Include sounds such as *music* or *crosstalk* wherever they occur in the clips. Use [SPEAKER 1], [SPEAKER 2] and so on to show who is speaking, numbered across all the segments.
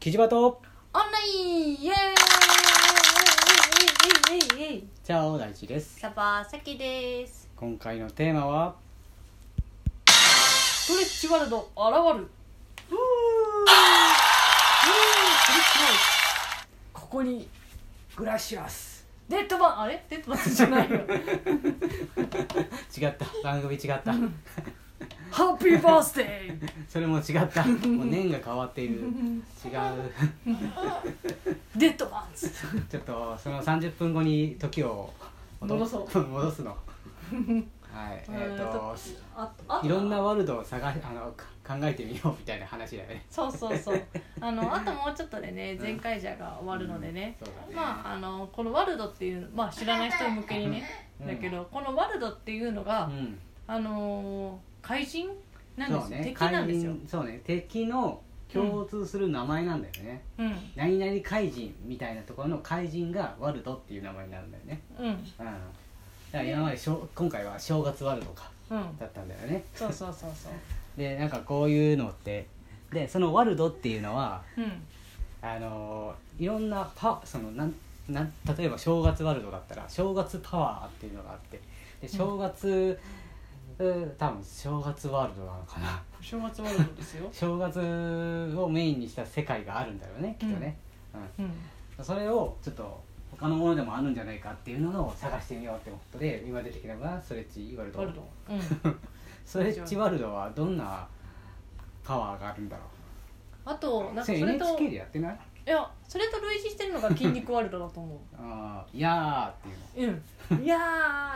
[SPEAKER 1] キジバト
[SPEAKER 2] オンラインイエーイ
[SPEAKER 1] じゃあ大地です
[SPEAKER 2] サバサキです
[SPEAKER 1] 今回のテーマは
[SPEAKER 2] ストレッチワールド現るふうここに
[SPEAKER 1] グラシアス
[SPEAKER 2] デッドマンあれデッドマンじゃないよ
[SPEAKER 1] 違った番組違った
[SPEAKER 2] *laughs* ハッピーバースデー
[SPEAKER 1] それも違ったもう年が変わ
[SPEAKER 2] *laughs*
[SPEAKER 1] っている違う
[SPEAKER 2] デッドマンズ
[SPEAKER 1] ちょっとその30分後に時を
[SPEAKER 2] 戻そう
[SPEAKER 1] *laughs* 戻すの
[SPEAKER 2] *laughs*
[SPEAKER 1] はいえっ、と
[SPEAKER 2] ああ
[SPEAKER 1] いろんなワールドを探しあのか考えてみようみたいな話だよね
[SPEAKER 2] そうそうそうあのあともうちょっとでね全開者が終わるのでね、
[SPEAKER 1] うんそうだね
[SPEAKER 2] まああのこのワルドっていうまあ知らない人向けにね、
[SPEAKER 1] うん
[SPEAKER 2] だけどこのワルドっていうのが、
[SPEAKER 1] うん
[SPEAKER 2] あのー怪人なんで
[SPEAKER 1] そ
[SPEAKER 2] す
[SPEAKER 1] う
[SPEAKER 2] よ、
[SPEAKER 1] ね
[SPEAKER 2] 敵なんですよ
[SPEAKER 1] 怪人そうね敵の共通する名前なんだよね、
[SPEAKER 2] うん
[SPEAKER 1] 何々怪人みたいなところの怪人がワルドっていう名前になるんだよね
[SPEAKER 2] うん
[SPEAKER 1] うんだから今までしょ今回は正月ワルドか
[SPEAKER 2] うん
[SPEAKER 1] だったんだよね
[SPEAKER 2] そうそうそうそう
[SPEAKER 1] でなんかこういうのってでそのワルドっていうのは
[SPEAKER 2] うん
[SPEAKER 1] あのーいろんなパそのなんなん例えば正月ワルドだったら正月パワーっていうのがあってで正月、うん多分正月ワールドなのか *laughs* な
[SPEAKER 2] 正月ワルドですよ
[SPEAKER 1] 正月をメインにした世界があるんだよねきっとね、うん
[SPEAKER 2] うん
[SPEAKER 1] それをちょっと他のものでもあるんじゃないかっていうのを探してみようってことで今出てきたのがストレッチワルド
[SPEAKER 2] ワルドうん
[SPEAKER 1] ストレッチワルドはどんなパワーがあるんだろ
[SPEAKER 2] あと
[SPEAKER 1] う
[SPEAKER 2] なんか
[SPEAKER 1] そ
[SPEAKER 2] そ
[SPEAKER 1] れ
[SPEAKER 2] れと
[SPEAKER 1] NHK で
[SPEAKER 2] い
[SPEAKER 1] やってない
[SPEAKER 2] やそれと類似してるのが筋肉ワルドだと思
[SPEAKER 1] ああいやーっていうの
[SPEAKER 2] う
[SPEAKER 1] *laughs*
[SPEAKER 2] うんいや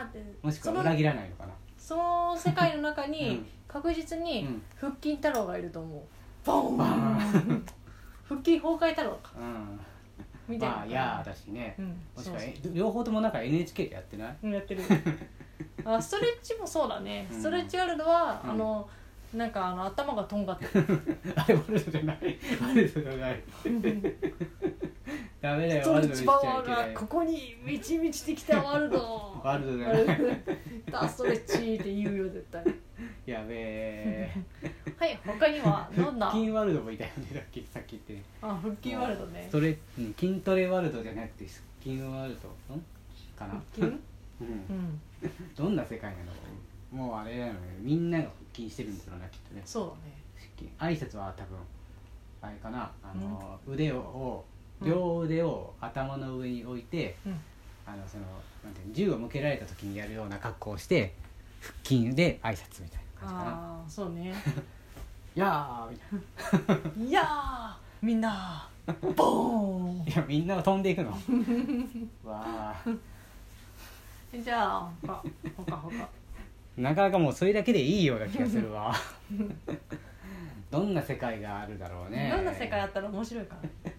[SPEAKER 2] ーって
[SPEAKER 1] もしく
[SPEAKER 2] そ
[SPEAKER 1] は
[SPEAKER 2] の
[SPEAKER 1] 裏切らないのかな
[SPEAKER 2] その世界の中
[SPEAKER 1] う
[SPEAKER 2] に
[SPEAKER 1] ん
[SPEAKER 2] 確実
[SPEAKER 1] う
[SPEAKER 2] に
[SPEAKER 1] ん
[SPEAKER 2] 腹筋太郎がいると思うボーン
[SPEAKER 1] バーン
[SPEAKER 2] *laughs* 腹筋崩壊太郎か
[SPEAKER 1] うん
[SPEAKER 2] みたいな
[SPEAKER 1] まあいやーだしね、
[SPEAKER 2] うん
[SPEAKER 1] もしくは
[SPEAKER 2] そう
[SPEAKER 1] え両方ともなんか NHK でやってない *laughs*
[SPEAKER 2] うんやってるあストレッチもそうだね
[SPEAKER 1] うん
[SPEAKER 2] ストレッチワールドは、
[SPEAKER 1] うん
[SPEAKER 2] あのなんかあの頭がとん
[SPEAKER 1] *laughs*
[SPEAKER 2] がってる
[SPEAKER 1] あれワルドじゃない *laughs* ワルドじゃないダメだよ
[SPEAKER 2] スト
[SPEAKER 1] ワルド
[SPEAKER 2] レッ
[SPEAKER 1] に
[SPEAKER 2] チ
[SPEAKER 1] しち
[SPEAKER 2] パ
[SPEAKER 1] ゃい
[SPEAKER 2] ワ
[SPEAKER 1] けな
[SPEAKER 2] ー
[SPEAKER 1] い
[SPEAKER 2] がここに満ち満ちてきたワール
[SPEAKER 1] *laughs*
[SPEAKER 2] ド
[SPEAKER 1] ワルドじゃ
[SPEAKER 2] ワ
[SPEAKER 1] な
[SPEAKER 2] ルド
[SPEAKER 1] い
[SPEAKER 2] だストレッチって言うよ絶対
[SPEAKER 1] やべえ
[SPEAKER 2] *laughs* はい他にはどんな
[SPEAKER 1] 腹筋ワールドもいたよねだっけさっき言
[SPEAKER 2] *laughs*
[SPEAKER 1] ってね
[SPEAKER 2] あ腹筋ワールドね
[SPEAKER 1] ストレうん筋トレワールドじゃなくてスキンワールドんかな
[SPEAKER 2] 腹、筋うん
[SPEAKER 1] うん、どんな世界なのもうあれだよねみんなが腹筋してるんだろうなきっとね
[SPEAKER 2] そうだね
[SPEAKER 1] 腹筋挨拶は多分あれかなあの、腕をを両腕を頭の上に置いて、
[SPEAKER 2] うん
[SPEAKER 1] あのそのなんていうの銃を向けられた時にやるような格好をして腹筋で挨拶みたいな感じかな
[SPEAKER 2] ああそうね *laughs*
[SPEAKER 1] 「やー」みたいない
[SPEAKER 2] やーみ
[SPEAKER 1] *laughs*
[SPEAKER 2] んなボーン
[SPEAKER 1] いやみんな飛んでい *laughs* くのわあ
[SPEAKER 2] じゃあほかほかほか
[SPEAKER 1] なかなかもうそれだけでいいような気がするわ *laughs* どんな世界があるだろうね
[SPEAKER 2] どんな世界あったら面白いか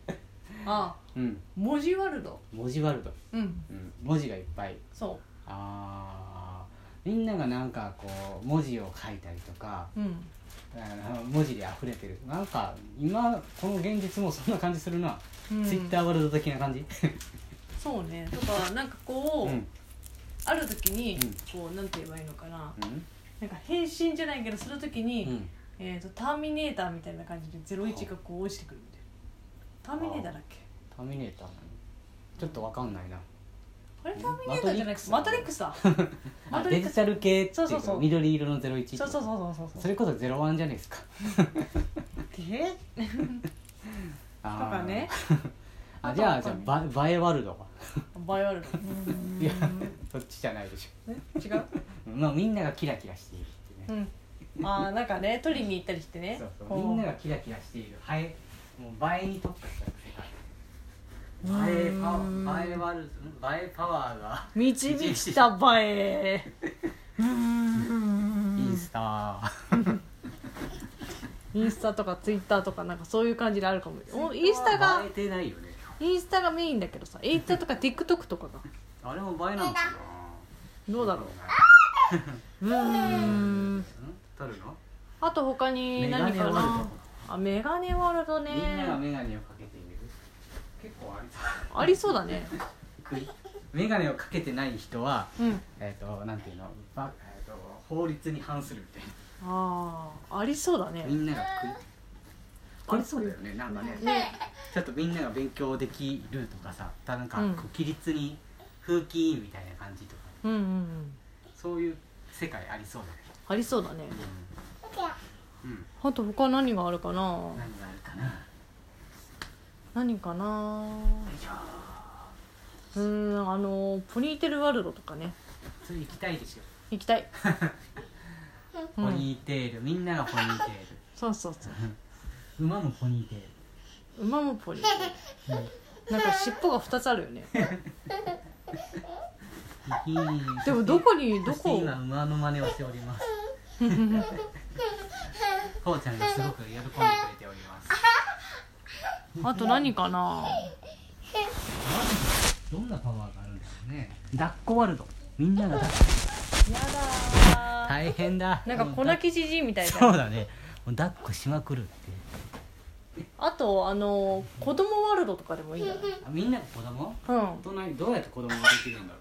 [SPEAKER 1] *laughs*
[SPEAKER 2] なあ
[SPEAKER 1] うん
[SPEAKER 2] 文字ワールド
[SPEAKER 1] 文字ワールド、
[SPEAKER 2] うん
[SPEAKER 1] うん、文字がいっぱい
[SPEAKER 2] そ
[SPEAKER 1] あーみんながなんかこう文字を書いたりとか
[SPEAKER 2] ううん
[SPEAKER 1] あの文字で溢れてるなんか今この現実もそんな感じするな、ツイッターワールド的な感じ
[SPEAKER 2] そうねとかなんかこ
[SPEAKER 1] う
[SPEAKER 2] う、
[SPEAKER 1] ん、うん
[SPEAKER 2] ある時に
[SPEAKER 1] うん
[SPEAKER 2] こうなんて言えばいいのかな、なんか変身じゃないけどする時
[SPEAKER 1] う
[SPEAKER 2] に、
[SPEAKER 1] ん、
[SPEAKER 2] えー、とターミネーターみたいな感じで「01」がこう落ちてくるみたいなターミネーターだっけ
[SPEAKER 1] ターミネーターなのちょっとわかんないな
[SPEAKER 2] あれターミネーターじゃなくてマ
[SPEAKER 1] マ
[SPEAKER 2] ト
[SPEAKER 1] ト
[SPEAKER 2] リ
[SPEAKER 1] リッ
[SPEAKER 2] ック
[SPEAKER 1] ク
[SPEAKER 2] スだマ
[SPEAKER 1] *laughs* あ
[SPEAKER 2] トリ
[SPEAKER 1] デ
[SPEAKER 2] ック
[SPEAKER 1] ジ
[SPEAKER 2] ス
[SPEAKER 1] タル系って
[SPEAKER 2] そ
[SPEAKER 1] いうう
[SPEAKER 2] そう
[SPEAKER 1] か
[SPEAKER 2] そう
[SPEAKER 1] 緑色の01って
[SPEAKER 2] そうそうそう
[SPEAKER 1] う
[SPEAKER 2] そうそう
[SPEAKER 1] それこそ01じゃないですか
[SPEAKER 2] えと
[SPEAKER 1] あー
[SPEAKER 2] かね
[SPEAKER 1] あじゃあ
[SPEAKER 2] あと
[SPEAKER 1] じ
[SPEAKER 2] は
[SPEAKER 1] ゃ
[SPEAKER 2] ね
[SPEAKER 1] あバ映えワールドは
[SPEAKER 2] バイオルド
[SPEAKER 1] *laughs* いやそっちじゃないでし
[SPEAKER 2] え違う
[SPEAKER 1] ょまあみんながキラキラしているっていう
[SPEAKER 2] う
[SPEAKER 1] ね、 *laughs*
[SPEAKER 2] んあーなんかね取りに行ったりしてね
[SPEAKER 1] そうそう
[SPEAKER 2] こ
[SPEAKER 1] みんながキラキラしているハエもう映えに特化した世界ハエパワー映えワールド映えパワーが
[SPEAKER 2] 導きたばえ
[SPEAKER 1] *laughs*
[SPEAKER 2] うーん
[SPEAKER 1] インスタ
[SPEAKER 2] インスタとかツイッターとかなんかそういう感じであるかもおインスタが
[SPEAKER 1] 映えてないよね
[SPEAKER 2] インスタがメインだけどさインスタとか TikTok とかが
[SPEAKER 1] あれも映えなのかな
[SPEAKER 2] どうだろううーん
[SPEAKER 1] うん撮るの
[SPEAKER 2] あと他に
[SPEAKER 1] メ
[SPEAKER 2] 何か
[SPEAKER 1] ガネワール
[SPEAKER 2] なあメガネワールドね
[SPEAKER 1] みんながメガネをかけている結構ありそう
[SPEAKER 2] ありそうだね
[SPEAKER 1] メガネをかけてない人は
[SPEAKER 2] うん
[SPEAKER 1] えっ、となんていうの、ばえー、と法律に反するみたい
[SPEAKER 2] ああありそうだ
[SPEAKER 1] な
[SPEAKER 2] ね
[SPEAKER 1] みんながくこれそうだよねなんかねちょっとみんなが勉強できるとかさなんか
[SPEAKER 2] うん
[SPEAKER 1] こう規律に風紀委員みたいな感じとか
[SPEAKER 2] うんうんうん
[SPEAKER 1] そういう世界ありそうだね
[SPEAKER 2] ありそうだね
[SPEAKER 1] うん、うん、
[SPEAKER 2] あと他何があるか
[SPEAKER 1] 何
[SPEAKER 2] な
[SPEAKER 1] があるかな
[SPEAKER 2] 何かな
[SPEAKER 1] よいしょ
[SPEAKER 2] うーんあのポニーテールワールドとかね
[SPEAKER 1] それ行きたいですよ、
[SPEAKER 2] 行きた *laughs* い、う
[SPEAKER 1] ポ
[SPEAKER 2] ん、
[SPEAKER 1] ニーテールみんながポニーテー
[SPEAKER 2] そうそうそう
[SPEAKER 1] ル馬もポニーテール
[SPEAKER 2] 馬もポニーテールなんか尻尾が2つあるよねでもどこ *laughs* にど
[SPEAKER 1] そして
[SPEAKER 2] こ
[SPEAKER 1] 今馬の真似をしており *laughs*
[SPEAKER 2] *laughs*
[SPEAKER 1] ますこうちゃんがすごく喜んでくれております
[SPEAKER 2] あと何かな
[SPEAKER 1] どんなパワーがあるんだろうね抱っこワールドみんなが抱っこ
[SPEAKER 2] やだ
[SPEAKER 1] 大変だ
[SPEAKER 2] なんか小
[SPEAKER 1] な
[SPEAKER 2] 泣きじじいみたい
[SPEAKER 1] そ
[SPEAKER 2] な
[SPEAKER 1] うだねもう抱っこしまくるって
[SPEAKER 2] あとあの子供ワールドとかでもいいな
[SPEAKER 1] あみんなが子供
[SPEAKER 2] うん
[SPEAKER 1] 大人にどうやって子供ができるんだろ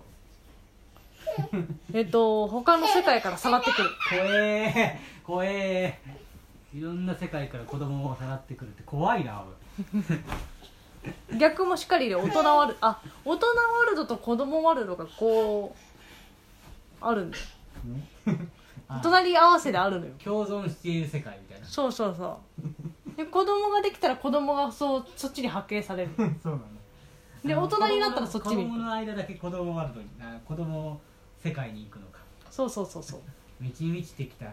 [SPEAKER 1] う
[SPEAKER 2] えっと他の世界からさらってくる
[SPEAKER 1] 怖えー怖えーいろんな世界から子供をさらってくるって怖いな
[SPEAKER 2] 逆もしっかりで大人ワールあ大人ワールドと子供ワールドがこうあるんだよ
[SPEAKER 1] *laughs* あ
[SPEAKER 2] 隣り合わせであるのよ
[SPEAKER 1] 共存している世界みたいな
[SPEAKER 2] そうそうそうで子供ができたら子供がそうそっちに派遣される
[SPEAKER 1] *laughs* そうなの
[SPEAKER 2] で大人になったらそっちに
[SPEAKER 1] 子
[SPEAKER 2] 行
[SPEAKER 1] 供
[SPEAKER 2] く
[SPEAKER 1] の間だけ子供ワールドにあ子供世界に行くのか
[SPEAKER 2] そうそうそうそう
[SPEAKER 1] 満ち満ちてき *laughs* た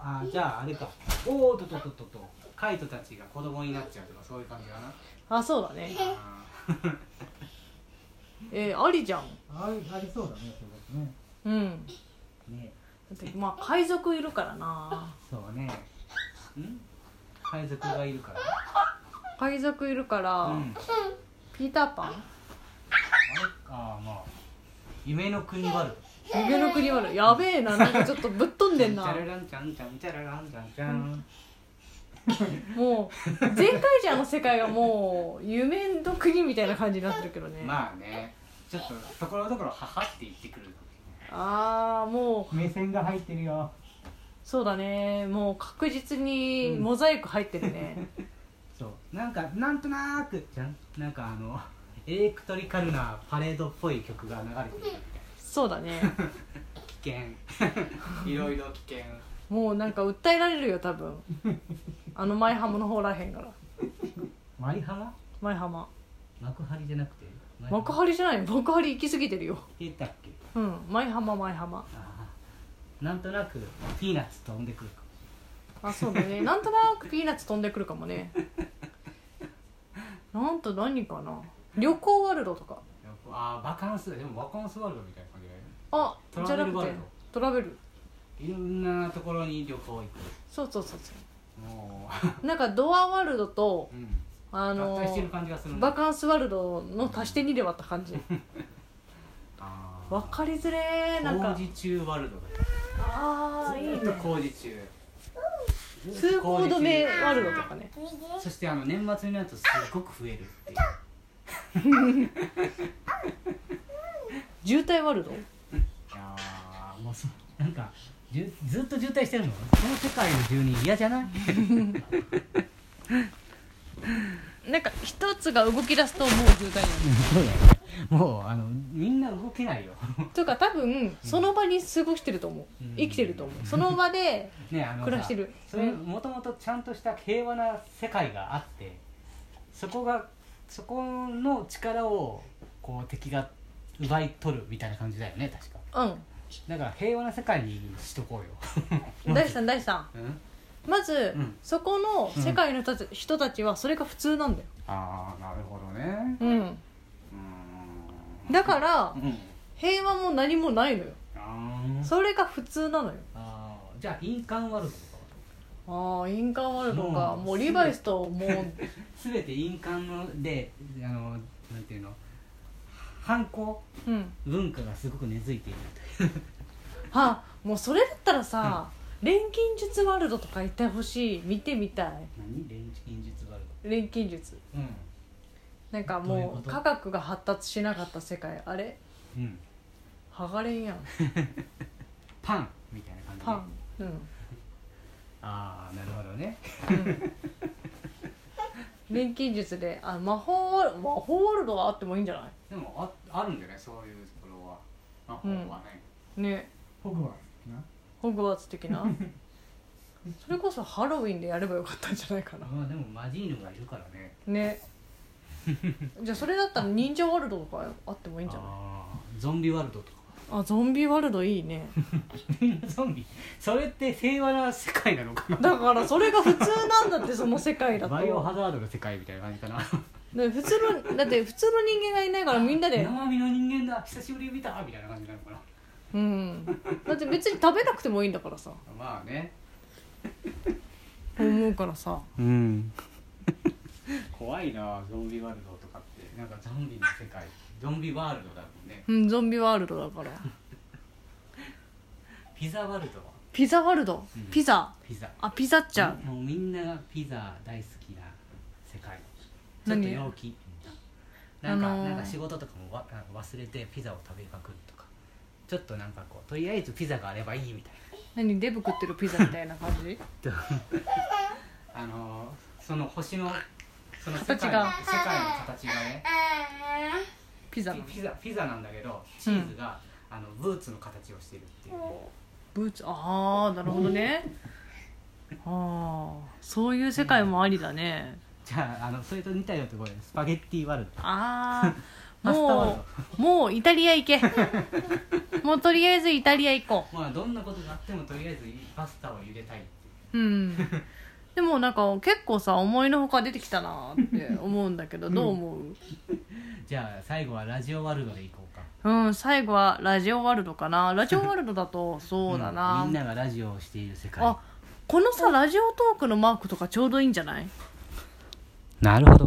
[SPEAKER 1] あじゃああれかおおとととととカイトたちが子供になっちゃうとかそういう感じかな
[SPEAKER 2] あそうだね
[SPEAKER 1] あー
[SPEAKER 2] えー、ありじゃん
[SPEAKER 1] ありありそうだねそういうこ
[SPEAKER 2] うんだ
[SPEAKER 1] とねね
[SPEAKER 2] ってまあ海賊いるからな
[SPEAKER 1] そうねん海賊がいるから
[SPEAKER 2] 海賊いるから、
[SPEAKER 1] うん
[SPEAKER 2] ピーターパン
[SPEAKER 1] あれあーまあ夢の国ワール
[SPEAKER 2] 夢の国ワールドやべえななんかちょっとぶっ飛ん
[SPEAKER 1] ド *laughs*
[SPEAKER 2] でんな
[SPEAKER 1] チャラランチャンチャンチャラランチャンチャン
[SPEAKER 2] もう前回じゃんの世界がもう夢の国みたいな感じになってるけどね、
[SPEAKER 1] まあねちょっとところどころ母って言ってくる
[SPEAKER 2] ああもう
[SPEAKER 1] 目線が入ってるよ
[SPEAKER 2] そうだねもう確実にモザイク入ってるね、
[SPEAKER 1] そうなんかなんとなくじゃんなんかあのエレクトリカルなパレードっぽい曲が流れてる
[SPEAKER 2] そうだね
[SPEAKER 1] 危 *laughs* 険いろいろ危険
[SPEAKER 2] もうなんか訴えられるよ多分あの舞浜の方らへんから
[SPEAKER 1] マリハマ
[SPEAKER 2] 舞浜
[SPEAKER 1] 幕張じゃなくて
[SPEAKER 2] 幕張じゃない幕張行き過ぎてるよ
[SPEAKER 1] って言ったっけ
[SPEAKER 2] うん舞浜舞浜
[SPEAKER 1] ああなんとなくピーナッツ飛んでくるか
[SPEAKER 2] あそうだ
[SPEAKER 1] *laughs*
[SPEAKER 2] ねなんとなくピーナッツ飛んでくるかもねなんと何かな旅行ワールドとか
[SPEAKER 1] ああバカンスでもバカンスワールドみたいな感じだよね
[SPEAKER 2] あ
[SPEAKER 1] ト
[SPEAKER 2] じゃ
[SPEAKER 1] ラ
[SPEAKER 2] な
[SPEAKER 1] ベル
[SPEAKER 2] く
[SPEAKER 1] ワー
[SPEAKER 2] て
[SPEAKER 1] ル
[SPEAKER 2] トラベル
[SPEAKER 1] ドいろんなところに旅行行
[SPEAKER 2] そうそうそう
[SPEAKER 1] くも
[SPEAKER 2] そうなんかドアワールドと
[SPEAKER 1] う、うん、
[SPEAKER 2] あの
[SPEAKER 1] 合体してる感じがするね
[SPEAKER 2] バカンスワールドの足して2で割った *laughs* 感じ
[SPEAKER 1] ああ
[SPEAKER 2] 分かりづれーなんか
[SPEAKER 1] 工事中ワールドだよ
[SPEAKER 2] ああいいね
[SPEAKER 1] ずっと工事中
[SPEAKER 2] 通行止めワールドとかね
[SPEAKER 1] そしてあの年末になるとすごく増えるっていう
[SPEAKER 2] 渋滞ワールド
[SPEAKER 1] いやーもうそなんかじゅずっと渋滞してるのその世界の住人嫌じゃない
[SPEAKER 2] なんか一つが動き出すともう渋滞にな
[SPEAKER 1] そうだよもうあのみんな動けないよ
[SPEAKER 2] るというか多分その場に過ごしてると思う
[SPEAKER 1] うん
[SPEAKER 2] 生きてると思うその場で
[SPEAKER 1] *laughs* ねあのさ
[SPEAKER 2] 暮らしてる
[SPEAKER 1] それもともとちゃんとした平和な世界があってそこがそこの力をこう敵が奪い取るみたいな感じだよね確か
[SPEAKER 2] う
[SPEAKER 1] だから平和な世界にしとこうよ
[SPEAKER 2] ん大地さん大地さ
[SPEAKER 1] うん
[SPEAKER 2] んまず、
[SPEAKER 1] うん
[SPEAKER 2] そこの世界の人たち人たちはそれが普通なんだよ
[SPEAKER 1] ああなるほどね
[SPEAKER 2] うん
[SPEAKER 1] う
[SPEAKER 2] だから
[SPEAKER 1] んうん
[SPEAKER 2] 平和も何もないのよ
[SPEAKER 1] あー
[SPEAKER 2] それが普通なのよ
[SPEAKER 1] あーじゃあ印鑑ワールドとかは
[SPEAKER 2] ああ印鑑ワールドか、
[SPEAKER 1] うん
[SPEAKER 2] もうリバイスともう
[SPEAKER 1] 全て印鑑のであのなんていうの反抗
[SPEAKER 2] うん
[SPEAKER 1] 文化がすごく根付いている
[SPEAKER 2] あもうそれだったらさ、錬金術ワールドとか行ってほしい見てみたい
[SPEAKER 1] 何錬金術ワール
[SPEAKER 2] 錬金術
[SPEAKER 1] ド
[SPEAKER 2] なんか
[SPEAKER 1] どういう
[SPEAKER 2] も
[SPEAKER 1] こ
[SPEAKER 2] う
[SPEAKER 1] と
[SPEAKER 2] 科学が発達しなかった世界あれ
[SPEAKER 1] うん、うん、
[SPEAKER 2] 剥がれんやん
[SPEAKER 1] パンみたいな感じで
[SPEAKER 2] パンうん
[SPEAKER 1] ああなるほどね
[SPEAKER 2] 錬金術であ魔法ワール魔法ワールドはあってもいいんじゃな
[SPEAKER 1] でもああるんじゃないそういうところは魔法はね、
[SPEAKER 2] いね
[SPEAKER 3] ホグワーツな
[SPEAKER 2] ホグワーツ的
[SPEAKER 1] *laughs*
[SPEAKER 2] なそれこそハロウィンでやればよかったんじゃないかな
[SPEAKER 1] まあでもマジーヌがいるからね
[SPEAKER 2] ねじゃあそれだったら忍者ワールドとかあってもいいんじゃない
[SPEAKER 1] あーゾンビワールドとか
[SPEAKER 2] あゾンビワールドいいね
[SPEAKER 1] みんな *laughs* ゾンビそれって平和な世界なのかな
[SPEAKER 2] だからそれが普通なんだってその世界だと
[SPEAKER 1] バイオハザードの世界みたいな感じかな
[SPEAKER 2] で普通のだって普通の人間がいないからみんなで
[SPEAKER 1] 生身の人間だ久しぶりに見たみたいな感じなのかな
[SPEAKER 2] うんだって別に食べなくてもいいんだからさ
[SPEAKER 1] まあね
[SPEAKER 2] 思うからさ
[SPEAKER 1] うん *laughs* 怖いなゾンビワールドとかってなんかゾンビの世界ゾンビワールドだもんね
[SPEAKER 2] うんゾンビワールドだから
[SPEAKER 1] ピザワールドは
[SPEAKER 2] ピザワールド
[SPEAKER 1] うん
[SPEAKER 2] ピザ
[SPEAKER 1] ピザ
[SPEAKER 2] あピザっちゃう
[SPEAKER 1] もうみんながピザ大好きな世界ちょっ
[SPEAKER 2] 何
[SPEAKER 1] と陽気なんか、
[SPEAKER 2] あのー
[SPEAKER 1] なんか仕事とかもわなんか忘れてピザを食べまくるとかちょっとなんかこうとりあえずピザがあればいいみたい
[SPEAKER 2] 何デブ食ってるピザみたいな感じ
[SPEAKER 1] なあのーその星のその世界
[SPEAKER 2] 形
[SPEAKER 1] の
[SPEAKER 2] が
[SPEAKER 1] 世界の形がね
[SPEAKER 2] ピザの
[SPEAKER 1] ピザピザなんだけどチーズが、あのブーツの形をしているっていうね、
[SPEAKER 2] ブーツああなるほどねああそういう世界もありだね
[SPEAKER 1] じゃああのそれと似たようなところでスパゲッティワールド
[SPEAKER 2] あ
[SPEAKER 1] *laughs*
[SPEAKER 2] あ
[SPEAKER 1] パスタワー
[SPEAKER 2] もうもうイタリア
[SPEAKER 1] *laughs*
[SPEAKER 2] 行けもうとりあえずイタリア行こ
[SPEAKER 1] まあどんなことがあってもとりあえずパスタを茹でたいっていう
[SPEAKER 2] ううんでもなんか結構さ思いのほか出てきたなって思うんだけどどう思う、
[SPEAKER 1] じゃあ最後はラジオワールドでいこうか
[SPEAKER 2] うん、最後はラジオワールドかなラジオワールドだとそうだな、
[SPEAKER 1] んみんながラジオをしている世界
[SPEAKER 2] あこのさラジオトークのマークとかちょうどいいんじゃない
[SPEAKER 1] なるほど